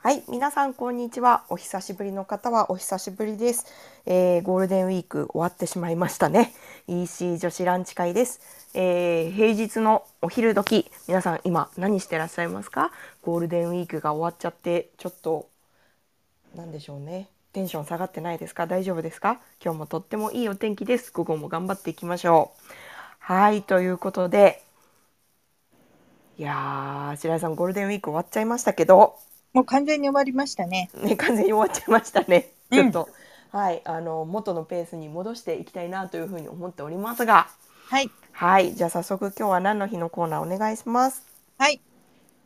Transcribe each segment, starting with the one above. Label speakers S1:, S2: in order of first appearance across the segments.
S1: はい、皆さんこんにちは。お久しぶりの方はお久しぶりです。えーゴールデンウィーク終わってしまいましたね。EC 女子ランチ会です。えー平日のお昼時、皆さん今何してらっしゃいますかゴールデンウィークが終わっちゃって、ちょっとなんでしょうね。テンション下がってないですか大丈夫ですか今日もとってもいいお天気です。午後も頑張っていきましょう。はい、ということで、いやー、白井さんゴールデンウィーク終わっちゃいましたけど、
S2: もう完全に終わりましたね。
S1: ね、完全に終わっちゃいましたね。
S2: うん
S1: ちょっと、はい、あの元のペースに戻していきたいなというふうに思っておりますが、
S2: はい。
S1: はい、じゃあ早速今日は何の日のコーナーお願いします。
S2: はい。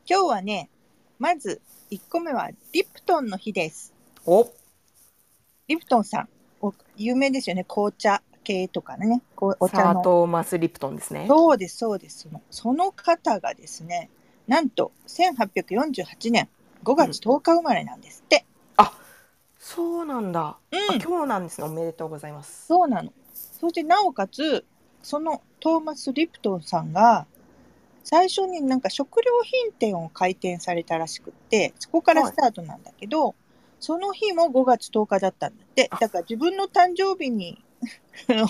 S2: 今日はね、まず1個目はリプトンの日です。
S1: お、
S2: リプトンさん、お有名ですよね。紅茶系とかね。こうお
S1: サ
S2: 茶
S1: ー
S2: の。
S1: トーマスリプトンですね。
S2: そうです、そうですその。その方がですね、なんと1848年5月10日生まれなんですって。
S1: そうなんだ。
S2: うん
S1: あ今日なんですね。おめでとうございます。
S2: そうなの。そしてなおかつ、そのトーマス・リプトンさんが、最初になんか食料品店を開店されたらしくって、そこからスタートなんだけど、その日も5月10日だったんだって。だから自分の誕生日に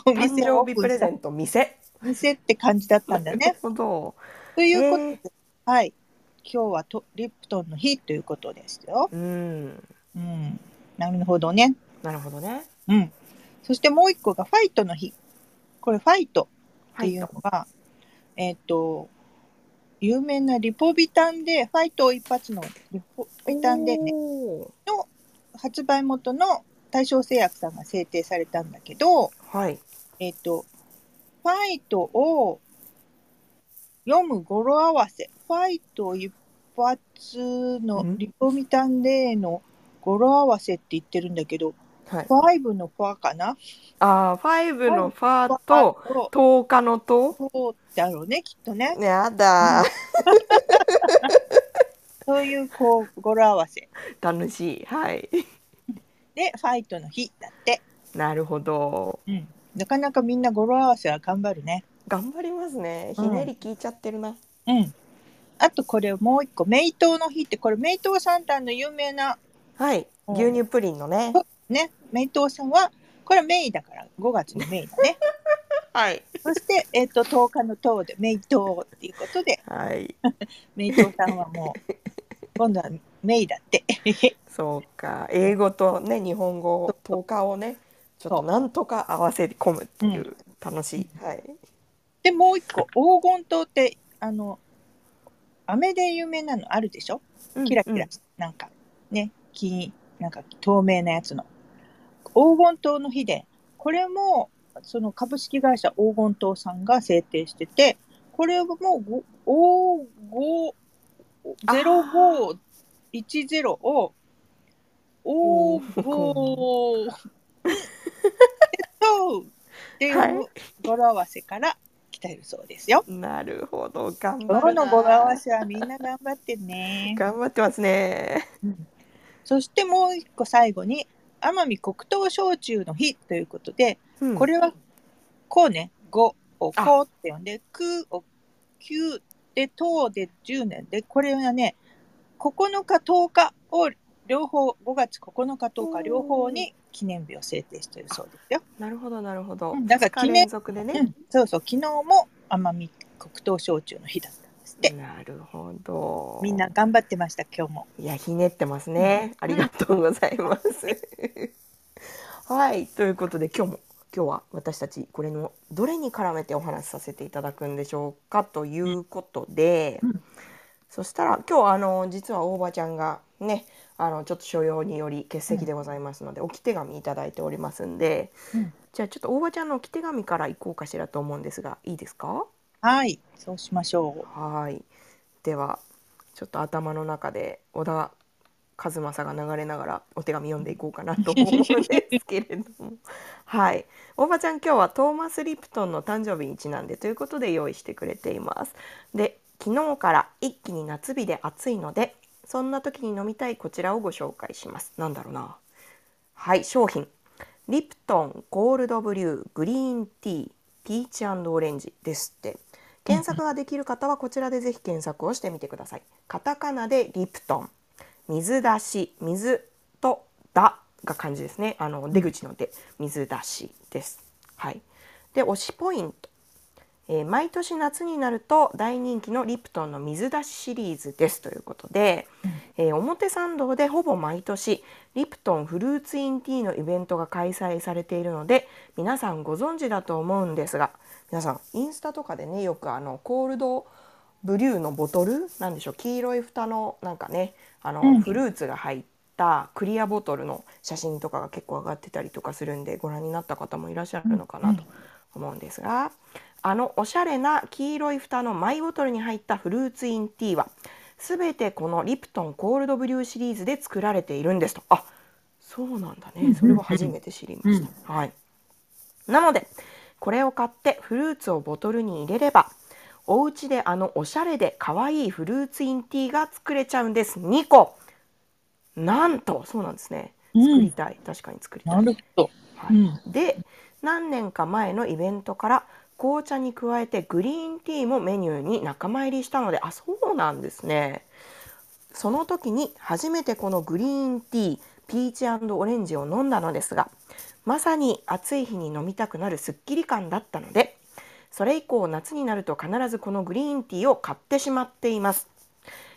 S2: お
S1: 誕
S2: 店をオ
S1: 生日
S2: ープ
S1: プ
S2: ン
S1: レゼ
S2: した
S1: ント店。
S2: 店って感じだったんだ
S1: なる
S2: ね。
S1: ほど。
S2: ということで、
S1: え
S2: はい。今日はとリプトンの日ということですよ。
S1: ーうん、
S2: うん。なるほどね。
S1: なるほどね。
S2: うん。そしてもう一個がファイトの日。これファイト。っ
S1: は
S2: て
S1: い
S2: いうの。が、えっ、と、有名なリポビタンで、ファイト一発のリポビタンでね、
S1: おー
S2: 発売元の大正製薬さんが制定されたんだけど、
S1: はい。
S2: えっ、と、ファイトを読む語呂合わせ、ファイト一発の
S1: ん
S2: リポビタンでの語呂合わせって言ってるんだけど、
S1: はい。
S2: ファイブのファかな
S1: あー、ファイブのファーと10日のと。
S2: そうだろうね、きっとね。
S1: やだー。
S2: そういう、こう、語呂合わせ。
S1: 楽しい。はい。
S2: で、ファイトの日だって。
S1: なるほど。
S2: うん、なかなかみんな語呂合わせは頑張るね。
S1: 頑張りますね。ひ
S2: うん
S1: ねり聞いちゃってるな。
S2: うん。あとこれもう一個、名刀の日って、これ名刀さんってあの有名な、
S1: はい。
S2: うん
S1: 牛乳プリンのね。
S2: ね、名刀さんは、これは名だから、5月の名だ ね。
S1: はい。
S2: そして、えっ、と、10日の10で名刀っていうことで、
S1: はい。
S2: 名刀さんはも う、今度は名だって。
S1: そうか。英語とね、日本語、10日をね、ちょっとなんとか合わせ込むっていうう、楽しい。はい。
S2: で、もう一個、黄金刀って、あの、飴で有名なのあるでしょ
S1: うん
S2: キラキ
S1: う
S2: ラ
S1: ん
S2: しなんかね、金、なんか透明なやつの。黄金塔の日で、これも、その株式会社黄金塔さんが制定してて、これもご、おご、0510を、おご、と、ってい
S1: はいう
S2: 語呂合わせから来てるそうですよ。
S1: なるほど。頑張
S2: 今
S1: る
S2: 日
S1: な
S2: の語呂合わせはみんな頑張ってね。
S1: 頑張ってますね。
S2: そしてもう一個最後に、奄美黒糖焼酎の日ということで、
S1: うん
S2: これは、こうね、5を
S1: あ
S2: こうって呼んで、くを9で、とで10年で、これはね、9日、10日を両方、5月9日、10日両方に記念日を制定しているそうですよ。
S1: なるほど、なるほど
S2: うん。だから
S1: 二日連続で
S2: う
S1: ね。
S2: ん、そうそう、昨日も奄美黒糖焼酎の日だったんですって。
S1: なるほど。
S2: みんな頑張ってました、今日も。
S1: いや、ひねってますね。ありがとうございます。 はい、ということで、今日も、今日は私たち、これの、どれに絡めてお話しさせていただくんでしょうかということで。
S2: うん
S1: そしたら、今日、あの、実は大場ちゃんが、ね。あの、ちょっと所用により欠席でございますので、置き手紙いただいておりますんで。
S2: うん
S1: じゃあ、ちょっと大場ちゃんの置き手紙から行こうかしらと思うんですが、いいですか。
S2: はい、そうしましょ
S1: はい。では、ちょっと頭の中で小田和正が流れながらお手紙読んでいこうかなと思うんですけれども。はい。おばちゃん今日はトーマス・リプトンの誕生日にちなんでということで用意してくれています。で、昨日から一気に夏日で暑いので、そんな時に飲みたいこちらをご紹介します。なんだろうな。はい、商品。リプトンゴールドブリューグリーンティーピーチオレンジですって検索ができる方はこちらでぜひ検索をしてみてくださいカタカナでリプトン水出し水とだが漢字ですねあの出口の出水出しですはいで推しポイント、えー毎年夏になると大人気のリプトンの水出しシリーズですということで、えー表参道でほぼ毎年リプトンフルーツインティーのイベントが開催されているので皆さんご存知だと思うんですが皆さんインスタとかでねよくあのコールドブリューのボトルなんでしょう黄色い蓋のなんかねあの、
S2: うん
S1: フルーツが入ったクリアボトルの写真とかが結構上がってたりとかするんでご覧になった方もいらっしゃるのかなと思うんですが、あのおしゃれな黄色い蓋のマイボトルに入ったフルーツインティーはすべてこのリプトンコールドブリューシリーズで作られているんですとあそうなんだねそれは初めて知りました、はい、なのでこれを買ってフルーツをボトルに入れればお家であのおしゃれで可愛いフルーツインティーが作れちゃうんです2個なんとそうなんですね
S2: うん
S1: 作りたい、確かに作りたい
S2: なるほど。
S1: はい
S2: うん
S1: で何年か前のイベントから紅茶に加えてグリーンティーもメニューに仲間入りしたのであそうなんですねその時に初めてこのグリーンティーピーチオレンジを飲んだのですがまさに暑い日に飲みたくなるすっきり感だったのでそれ以降夏になると必ずこのグリーンティーを買ってしまっています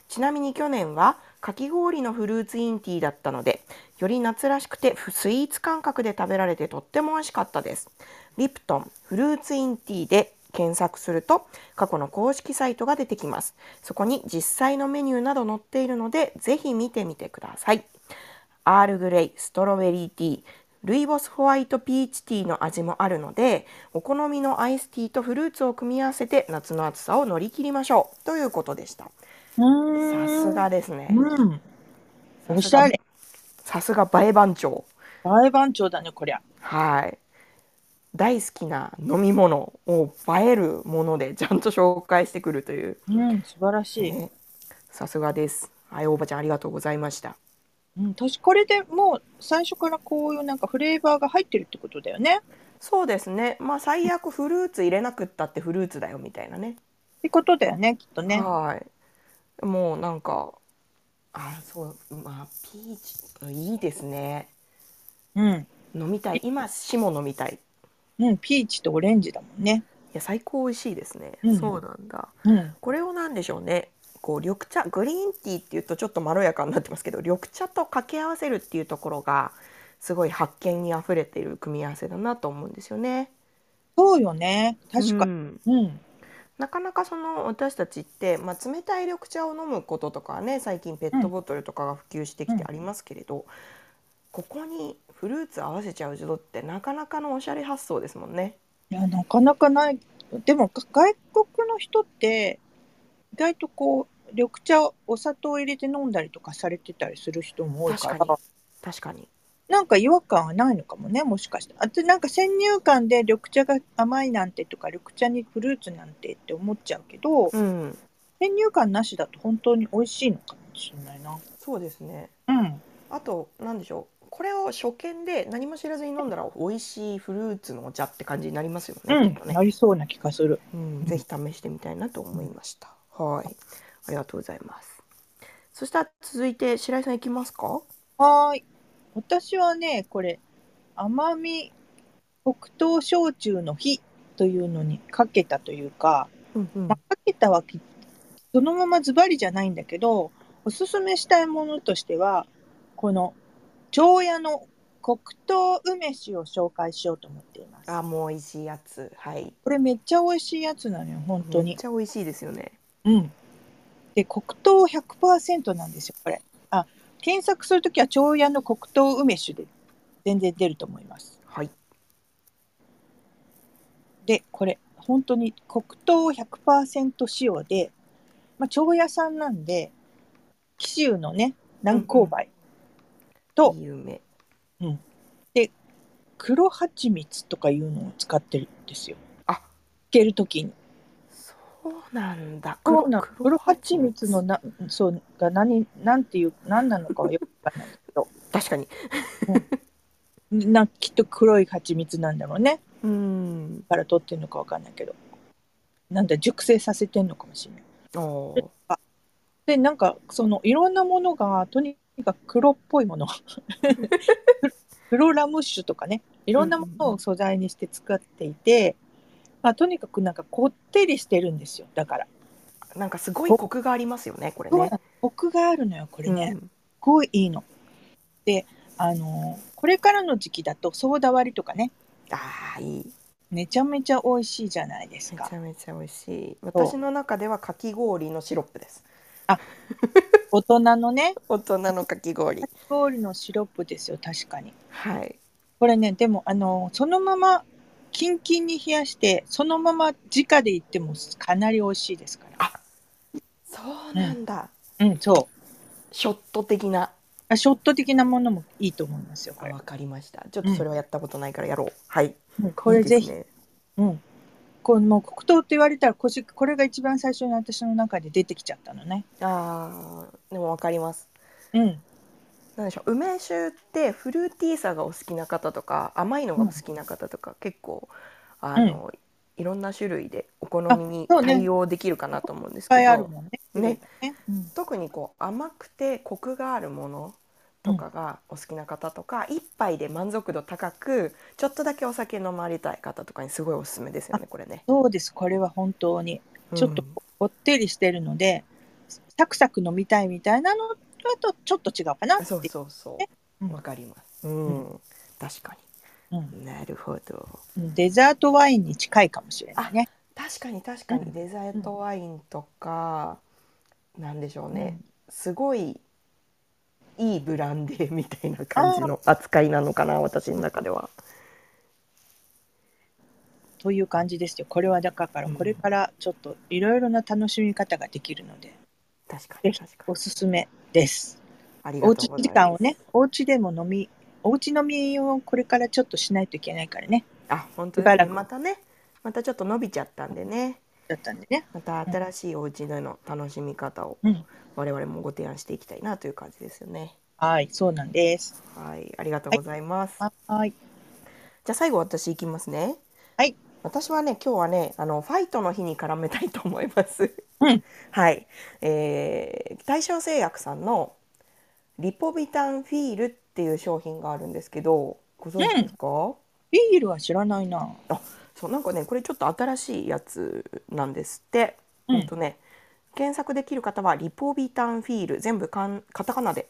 S1: ちなみに去年はかき氷のフルーツインティーだったのでより夏らしくてスイーツ感覚で食べられてとっても美味しかったですリプトンフルーツインティーで検索すると過去の公式サイトが出てきますそこに実際のメニューなど載っているのでぜひ見てみてくださいアールグレイストロベリーティールイボスホワイトピーチティーの味もあるのでお好みのアイスティーとフルーツを組み合わせて夏の暑さを乗り切りましょうということでしたさすがですね
S2: うん。
S1: さすが
S2: おしゃれ。
S1: さすが映え番長
S2: 大番長だね、こりゃ。
S1: はい。大好きな飲み物を映えるものでちゃんと紹介してくるという、
S2: うん、素晴らしい。
S1: ねさすがです。はい、おばちゃんありがとうございました。
S2: うん、私これでもう最初からこういうなんかフレーバーが入ってるってことだよね。っ
S1: そうですね。まあ最悪フルーツ入れなくったってフルーツだよみたいなね。
S2: てことだよね、きっとね。
S1: はい。もうなんか、あ、そう、まあピーチいいですね。
S2: うん。
S1: 飲みたい。今しも飲みたい。い
S2: うん、ピーチとオレンジだもんね。
S1: や最高美味しいですね。
S2: うん
S1: そうなんだ。
S2: うん。
S1: これをなんでしょうねこう緑茶グリーンティーっていうとちょっとまろやかになってますけど緑茶と掛け合わせるっていうところがすごい発見にあふれている組み合わせだなと思うんですよね。
S2: そうよね。確か
S1: う
S2: に。
S1: ん
S2: うん。
S1: なかなかその私たちって、まあ、冷たい緑茶を飲むこととかはね最近ペットボトルとかが普及してきてありますけれど、ここにフルーツ合わせちゃう人ってなかなかのおしゃれ発想ですもんね。
S2: いや、なかなかない。でも、外国の人って、意外とこう、緑茶をお砂糖入れて飲んだりとかされてたりする人も多いから
S1: 確かに確かに
S2: なんか違和感はないのかもね、もしかして。あとなんか先入観で緑茶が甘いなんてとか、緑茶にフルーツなんてって思っちゃうけど、
S1: うん
S2: 先入観なしだと本当に美味しいのかもしれないな。
S1: そうですね
S2: うん。
S1: あと何でしょうこれを初見で何も知らずに飲んだら美味しいフルーツのお茶って感じになりますよね,、きっとね
S2: なりそうな気がする。
S1: うん、ぜひ試してみたいなと思いました、はいありがとうございますそしたら続いて白井さんいきますか
S2: はーい。私はね、これ、甘み黒糖焼酎の日というのにかけたというか、
S1: うんうん
S2: まあかけたはきそのままズバリじゃないんだけど、おすすめしたいものとしては、この、蝶屋の黒糖梅酒を紹介しようと思っています。
S1: あもう美味しいやつはい
S2: これめっちゃ美味しいやつなのよ、本当
S1: めっ
S2: に。
S1: ちゃ美味しいですよね
S2: うん。で、黒糖100%なんですよ、これ。あ、検索するときは、長屋の黒糖梅酒で全然出ると思います。
S1: はい
S2: で、これ、本当に黒糖100%使用で、まあ、長屋さんなんで、紀州のね、南高梅と、
S1: いい梅
S2: 黒蜂蜜とかいうのを使ってるんですよ。
S1: あ、
S2: けるときに。
S1: そうなんだ
S2: 黒黒蜂蜜のな、そう、が何、なんていう、何なのかはよくわかんないけど、
S1: 確かに
S2: なきっと黒い蜂蜜なんだろうね
S1: うん
S2: から取ってるのかわかんないけどなんだ熟成させてんのかもしれない
S1: おー
S2: でなんかそのいろんなものがとになんか黒っぽ いもの黒ラム酒とかねいろんなものを素材にして作っていて、まあ、とにかくなんかこってりしてるんですよだから、
S1: なんかすごいコクがありますよね、これ
S2: そう
S1: ね
S2: な。のコクがあるのよこれね、
S1: う
S2: す
S1: ん
S2: ごいいいの。であのこれからの時期だとソーダ割りとかね
S1: ああ、いい。
S2: めちゃめちゃ美味しいじゃないです
S1: め
S2: か
S1: ちゃめちゃ美味しい。私の中ではかき氷のシロップです。
S2: 大人のね
S1: 大人のかき氷。
S2: 氷のシロップですよ確かに
S1: はい。
S2: これねでもあのそのままキンキンに冷やしてそのまま直でいってもかなり美味しいですか
S1: そうなんだ。
S2: らうんそう
S1: ショット的な。
S2: あショット的なものもいいと思いますよ
S1: あ
S2: これ
S1: わ、かりました。ちょっとそれはやったことないからやろう。はい。
S2: うんこれぜひ
S1: いいですね
S2: うんこのもう黒糖って言われたらこしこれが一番最初に私の中で出てきちゃったのね
S1: ああ、でもわかります。
S2: うん
S1: なんでしょう梅酒ってフルーティーさがお好きな方とか甘いのがお好きな方とか、結構あの、いろんな種類でお好みに
S2: あそうね
S1: 対応できるかなと思うんで
S2: いっ
S1: すけ
S2: ぱいある
S1: ど、
S2: もんね
S1: ね
S2: うん
S1: 特にこう甘くてコクがあるものとかがお好きな方とか、一杯で満足度高くちょっとだけお酒飲まれたい方とかにすごいおすすめですよねこれね。
S2: そうですこれは本当にちょっと
S1: うん
S2: こってりしてるので、サクサク飲みたいみたいなのとちょっと違うかなって
S1: そうそうそ
S2: ねう
S1: うんわかります。うん、確か
S2: うん
S1: になるほど。
S2: デザートワインに近いかもしれないね。
S1: 確かに確か
S2: う
S1: に
S2: ん
S1: デザートワインとか、なんでしょうね、
S2: うん
S1: すごいいいブランデーみ たいな感じの扱いなのかな私の中では。
S2: という感じですよ。これはだから
S1: うん
S2: これからちょっといろいろな楽しみ方ができるので
S1: 確か
S2: ぜ
S1: に
S2: ひ
S1: 確か
S2: お
S1: に。
S2: すすめです。
S1: あり
S2: お
S1: が
S2: う
S1: と
S2: ち
S1: うございます。
S2: 時間をね、おうちでも飲み、おうち飲みをこれからちょっとしないといけないからね。
S1: あ本当
S2: しば
S1: です
S2: ら
S1: ね
S2: く
S1: またねまたちょっと伸びちゃったんでね
S2: だったんでね。
S1: また新しいお家での楽しみ方を
S2: うん
S1: 我々もご提案していきたいなという感じですよね。
S2: はい、そうなんです。
S1: はいありがとうございます。
S2: はーい。
S1: じゃあ最後私いきますね。
S2: はい。
S1: 私はね今日はねあのファイトの日に絡めたいと思います。
S2: うん。
S1: はい。えー、大正製薬さんのリポビタンフィールっていう商品があるんですけどご存知ですか？
S2: ビールは知らないな。
S1: そうなんかねこれちょっと新しいやつなんですって。
S2: うん
S1: ほんとね検索できる方はリポビタンフィール全部かんカタカナで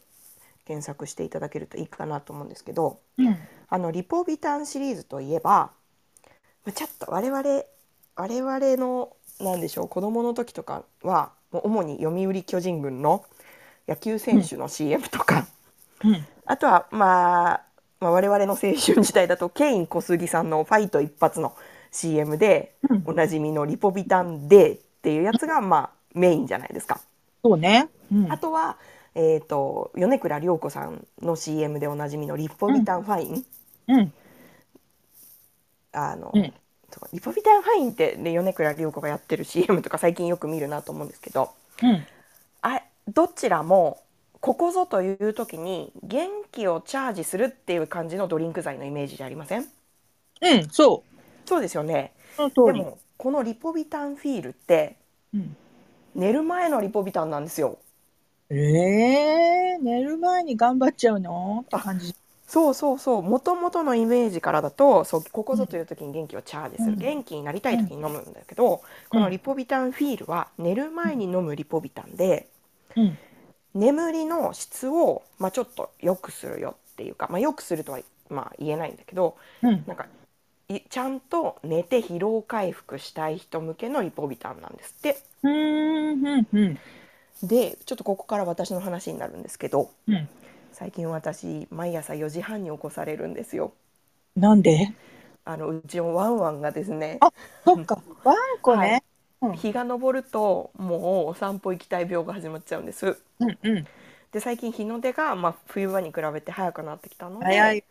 S1: 検索していただけるといいかなと思うんですけど。
S2: うん。
S1: あのリポビタンシリーズといえばまあちょっと我々我々のなんでしょう子供の時とかはもう主に読売巨人軍の野球選手の CM とか、
S2: うん。
S1: あとは、まあ、まあ我々の青春時代だとケイン小杉さんの「ファイト一発」の CM で
S2: うん
S1: おなじみの「リポビタンデー」っていうやつがまあメインじゃないですか。
S2: そうね。うん
S1: あ。とは、えー、と米倉涼子さんの CM でおなじみの「リポビタンファイン」
S2: うん。
S1: あの、
S2: うん
S1: とかリポビタンファインって、ね、米倉涼子がやってる CM とか最近よく見るなと思うんですけど
S2: うん。
S1: あれどちらもここぞという時に元気をチャージするっていう感じのドリンク剤のイメージじゃありません
S2: うん。そう。
S1: そうですよね
S2: その
S1: で
S2: 通り。
S1: もこのリポビタンフィールって
S2: うん、
S1: 寝る前のリポビタンなんですよ
S2: えー、寝る前に頑張っちゃうのって感じ。
S1: そうそうそうもともとのイメージからだとそうここぞという時に元気をチャージする、
S2: うん
S1: 元気になりたい時に飲むんだけど、このリポビタンフィールは寝る前に飲むリポビタンで、
S2: うん。
S1: 眠りの質を、まあ、ちょっと良くするよっていうか、まあ、良くするとは、まあ、言えないんだけど
S2: うん。
S1: なんかいちゃんと寝て疲労回復したい人向けのリポビタンなんですって
S2: うん。うん。うん。
S1: でちょっとここから私の話になるんですけど
S2: うん。
S1: 最近私毎朝4時半に起こされるんですよ。
S2: なんで
S1: あのうちのワンワンがですね
S2: あそっか。ワンコね。うん
S1: 日が昇るともうお散歩行きたい病が始まっちゃうんです。
S2: うん。うん。
S1: で最近日の出が、まあ、冬場に比べて早くなってきたので
S2: 早い。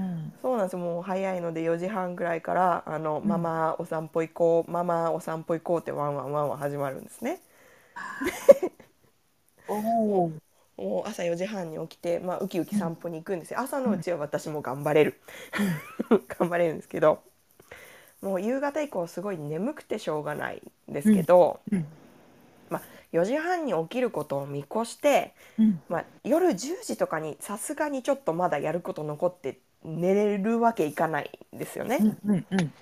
S2: うん。
S1: そうなんですもう早いので4時半ぐらいからあの、
S2: うん
S1: ママお散歩行こうママお散歩行こうってワンワンワンワン始まるんですね
S2: おお。
S1: もう朝4時半に起きて、まあ、ウキウキ散歩に行くんですよ朝のうちは私も頑張れる 頑張れるんですけどもう夕方以降すごい眠くてしょうがないんですけど、
S2: うん。
S1: 4時半に起きることを見越して、
S2: うん
S1: まあ、夜10時とかにさすがにちょっとまだやること残って寝れるわけいかないんですよね。
S2: うんうんうん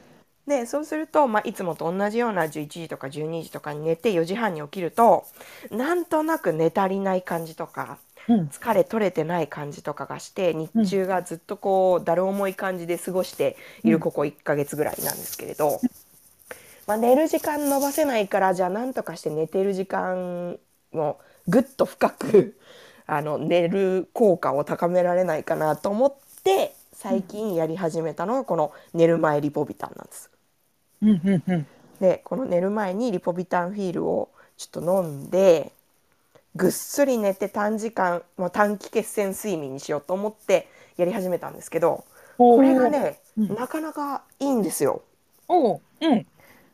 S1: でそうすると、まあ、いつもと同じような11時とか12時とかに寝て4時半に起きるとなんとなく寝足りない感じとか
S2: うん
S1: 疲れ取れてない感じとかがして日中がずっとこうだる重い感じで過ごしているここ1ヶ月ぐらいなんですけれど、まあ、寝る時間伸ばせないからじゃあなんとかして寝てる時間をぐっと深くあの寝る効果を高められないかなと思って最近やり始めたのがこの寝る前リポビタンなんです。
S2: うんうんうん
S1: でこの寝る前にリポビタンフィールをちょっと飲んでぐっすり寝て短時間、まあ、短期血栓睡眠にしようと思ってやり始めたんですけどこれがね、
S2: うん
S1: なかなかいいんですよ。
S2: おううん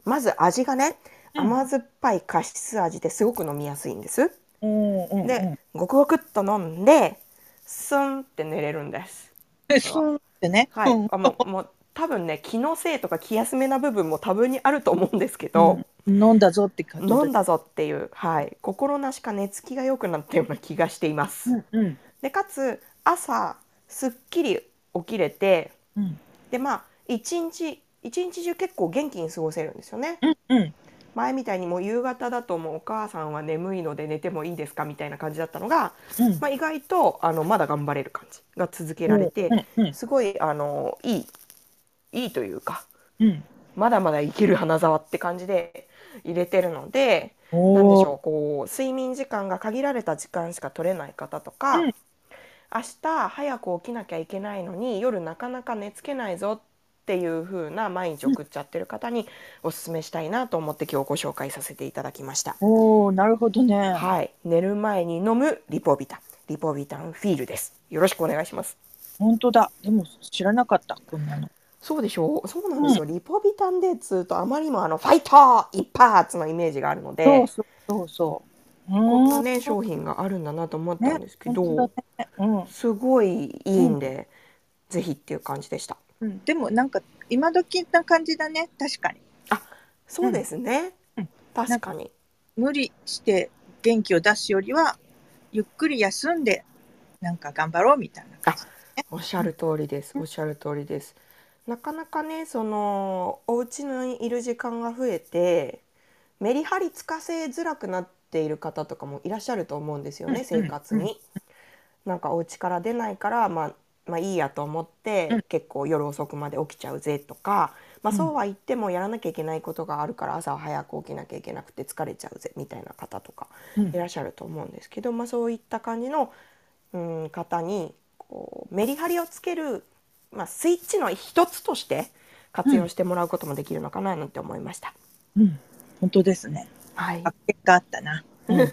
S1: まず味がね
S2: うん
S1: 甘酸っぱいカシス味ですごく飲みやすいんです。
S2: おううんうん
S1: でごくごくっと飲んでスンって寝れるんです。
S2: でスンってね
S1: はい
S2: うん、
S1: あもうもう多分ね気のせいとか気休めな部分も多分にあると思うんですけど、
S2: 飲んだぞって感じ
S1: 飲んだぞっていう、はい、心なしか寝つきが良くなったような気がしています。
S2: うんうん
S1: でかつ朝すっきり起きれて
S2: うん
S1: でまあ一日一日中結構元気に過ごせるんですよね。
S2: うんうん
S1: 前みたいにもう夕方だともうお母さんは眠いので寝てもいいですかみたいな感じだったのが、
S2: うん
S1: まあ、意外とあのまだ頑張れる感じが続けられて
S2: うんうん
S1: すごいあのいいいいというか
S2: うん
S1: まだまだいける花沢って感じで入れてるのでなんでし
S2: お
S1: ょうこう睡眠時間が限られた時間しか取れない方とか、
S2: うん
S1: 明日早く起きなきゃいけないのに夜なかなか寝つけないぞっていう風な毎日送っちゃってる方におすすめしたいなと思って今日ご紹介させていただきました。
S2: おおなるほどね
S1: はい、寝る前に飲むリポビタン、リポビタンフィールです。よろしくお願いします。
S2: 本当だでも知らなかったこんなの
S1: そうでしょう。そうなんですよ。リポビタンでっつうとあまりにもあのファイター一発のイメージがあるので、
S2: そうそうそうそう
S1: こんな
S2: う
S1: ね商品があるんだなと思ったんですけ
S2: ん
S1: ど。
S2: 本当だねうん
S1: すごいいいんで、ぜひっていう感じでした。
S2: うん、でもなんか今時な感じだね確かに
S1: そうですね。
S2: うん
S1: 確かに。
S2: 無理して元気を出すよりはゆっくり休んでなんか頑張ろうみたいな感じ
S1: おっしゃる通りです。
S2: うん
S1: おっしゃる通りです。なかなかね、そのお家にいる時間が増えて、メリハリつかせづらくなっている方とかもいらっしゃると思うんですよ
S2: うん
S1: ね、生活
S2: うん
S1: に。なんかお家から出ないから、まあ、まあいいやと思って、
S2: うん
S1: 結構夜遅くまで起きちゃうぜとか、まあ、
S2: うん
S1: そうは言ってもやらなきゃいけないことがあるから朝早く起きなきゃいけなくて疲れちゃうぜみたいな方とか
S2: うん
S1: いらっしゃると思うんですけど、まあ、そういった感じの、うん、方にこうメリハリをつける、まあ、スイッチの一つとして活用してもらうこともできるのかななんて思いました。
S2: うん、本当ですね
S1: はい
S2: あ、結果あったな、うん、は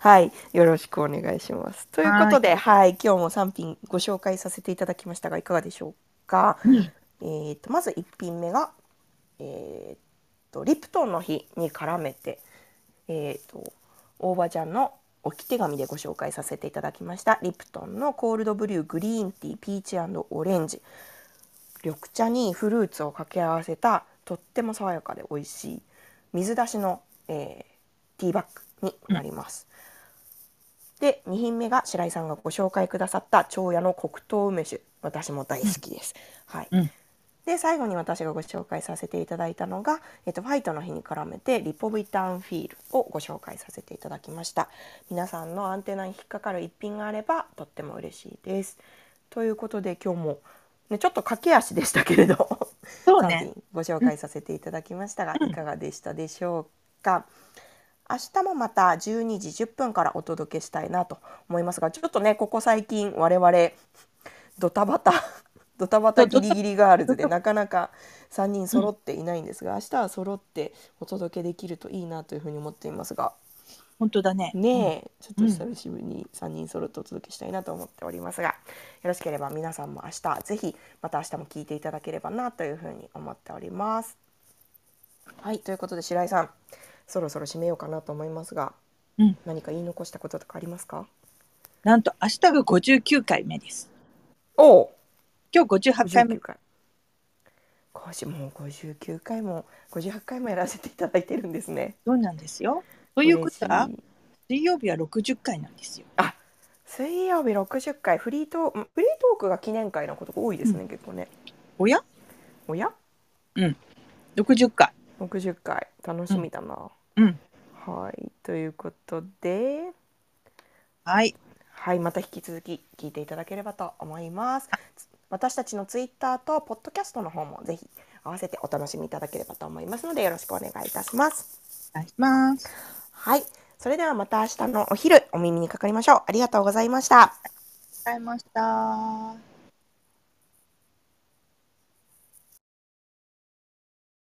S1: はい、よろしくお願いします。ということで、はい、今日も3品ご紹介させていただきましたがいかがでしょうか。
S2: い
S1: えー、とまず1品目が、えー、とリプトンの日に絡めて、えー、と大場ちゃんの置き手紙でご紹介させていただきましたリプトンのコールドブリューグリーンティーピーチオレンジ緑茶にフルーツを掛け合わせたとっても爽やかで美味しい水出しの、えーティーバッグになります。で2品目が白井さんがご紹介くださった長屋の黒糖梅酒私も大好きです。はい、で最後に私がご紹介させていただいたのが、えっと、ファイトの日に絡めてリポビタンフィールをご紹介させていただきました皆さんのアンテナに引っかかる一品があればとっても嬉しいですということで今日も、ね、ちょっと駆け足でしたけれど
S2: そう
S1: 3
S2: ね
S1: 品ご紹介させていただきましたがいかがでしたでしょうか明日もまた12時10分からお届けしたいなと思いますがちょっとねここ最近我々ドタバタ ドタバタギリギリガールズでなかなか3人揃っていないんですが明日は揃ってお届けできるといいなというふうに思っていますが
S2: 本当だね
S1: ねえちょっと久しぶりに3人揃ってお届けしたいなと思っておりますがよろしければ皆さんも明日ぜひまた明日も聞いていただければなというふうに思っております。はいということで白井さんそろそろ締めようかなと思いますが、
S2: うん
S1: 何か言い残したこととかありますか
S2: なんと明日が59回目です
S1: おお
S2: 今日58回目
S1: 59回50もう59回も58回もやらせていただいてるんですね。
S2: そうなんですよということは
S1: 嬉しい
S2: 水曜日は60回なんですよ。
S1: 水曜日60回フリートークフリートークが記念会のことが多いですね、結構ね
S2: おや
S1: おや
S2: ?60 回。
S1: 60回楽しみだな、
S2: うん
S1: はいということで
S2: はい。
S1: はい、また引き続き聞いていただければと思います。つ私たちのツイッターとポッドキャストの方もぜひ合わせてお楽しみいただければと思いますのでよろしくお願いいたします。
S2: お願いします。
S1: はい、それではまた明日のお昼お耳にかかりましょう。ありがとうございました。
S2: ありがとうございました。